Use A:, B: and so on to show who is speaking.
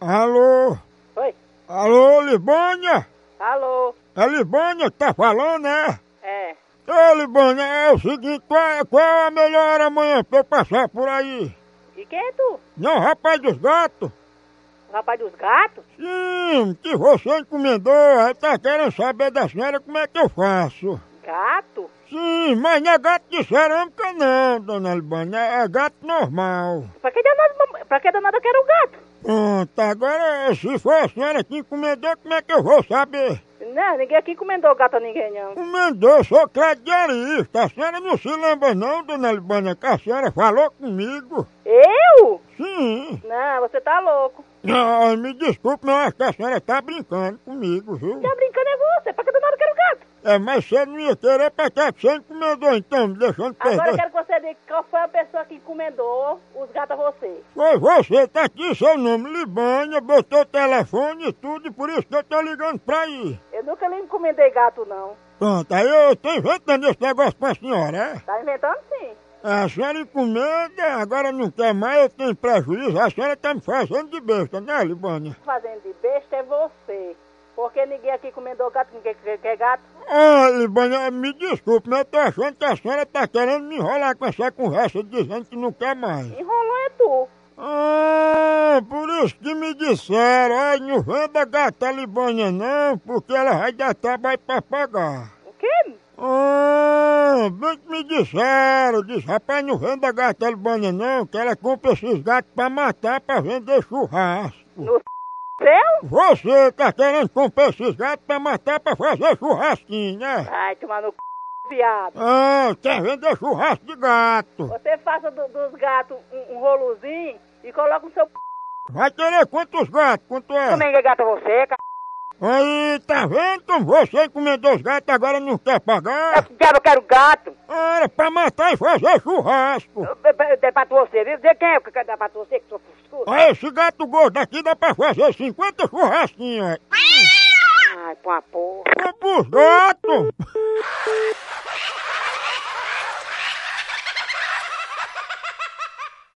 A: Alô?
B: Oi?
A: Alô, Libânia?
B: Alô?
A: É Libânia que tá falando, é?
B: É.
A: Ô, Libânia, é o seguinte, qual é, qual é a melhor hora amanhã pra eu passar por aí?
B: E quem é tu?
A: Não, rapaz dos gatos?
B: O rapaz dos gatos?
A: Sim, que você encomendou, ela tá querendo saber da senhora como é que eu faço.
B: Gato?
A: Sim, mas não é gato de cerâmica não, dona Libânia, é gato normal.
B: Pra que danado, pra que danado eu quero um gato?
A: Pronto, agora se for a senhora que encomendou, como é que eu vou saber?
B: Não, ninguém aqui encomendou gato a ninguém, não.
A: Encomendou, sou crediarista. A senhora não se lembra não, dona Libânia, que a senhora falou comigo.
B: Eu?
A: Sim.
B: Não, você tá louco.
A: Não, me desculpe, mas acho que a senhora tá brincando comigo, viu?
B: Tá brincando é você, pra que danado eu quero um gato?
A: É, mas você não ia querer pra cá, que você encomendou então, me deixando
B: Agora eu
A: perder.
B: quero que você diga qual foi a pessoa que encomendou os gatos a você.
A: Foi você, tá aqui seu nome, Libânia, botou o telefone e tudo, e por isso que eu tô ligando pra aí.
B: Eu nunca lhe encomendei gato, não.
A: Pronto, aí eu tô inventando esse negócio pra senhora, é?
B: Tá inventando sim.
A: A senhora encomenda, agora não quer mais, eu tenho prejuízo, a senhora tá me fazendo de besta, né, Libânia?
B: Fazendo de besta é você. Porque ninguém aqui encomendou gato, ninguém quer, quer gato.
A: Ô, Ah, Libânia, me desculpe, mas eu tô achando que a senhora tá querendo me enrolar com essa conversa, dizendo que não quer mais.
B: Enrolou é tu.
A: Ah, por isso que me disseram, ai, não venda gata Libânia não, porque ela vai dar trabalho pra pagar.
B: O quê?
A: Ah, bem que me disseram, disse, rapaz, não venda gata Libânia não, que ela compra esses gatos pra matar, pra vender churrasco.
B: No céu?
A: Você tá querendo comprar esses gatos pra matar, pra fazer churrasquinho, né?
B: Ai, tomar no c... viado.
A: Ah, quer vender churrasco de gato.
B: Você faça do- dos gatos um, um rolozinho e coloca no seu c...
A: Vai querer quantos gatos, quanto é?
B: Também que é gato você, c...
A: Aí, tá vendo como você encomendou os gatos agora não quer pagar?
B: Diabo, eu quero gato.
A: Era pra matar e fazer churrasco.
B: Eu- eu- eu dei pra tu você, viu? Dizer quem é que eu dei pra tu você, que sou fuscura.
A: Olha, esse gato gordo aqui dá pra fazer 50 churrasquinhos.
B: Ai, com a porra.
A: Vamos pros gatos!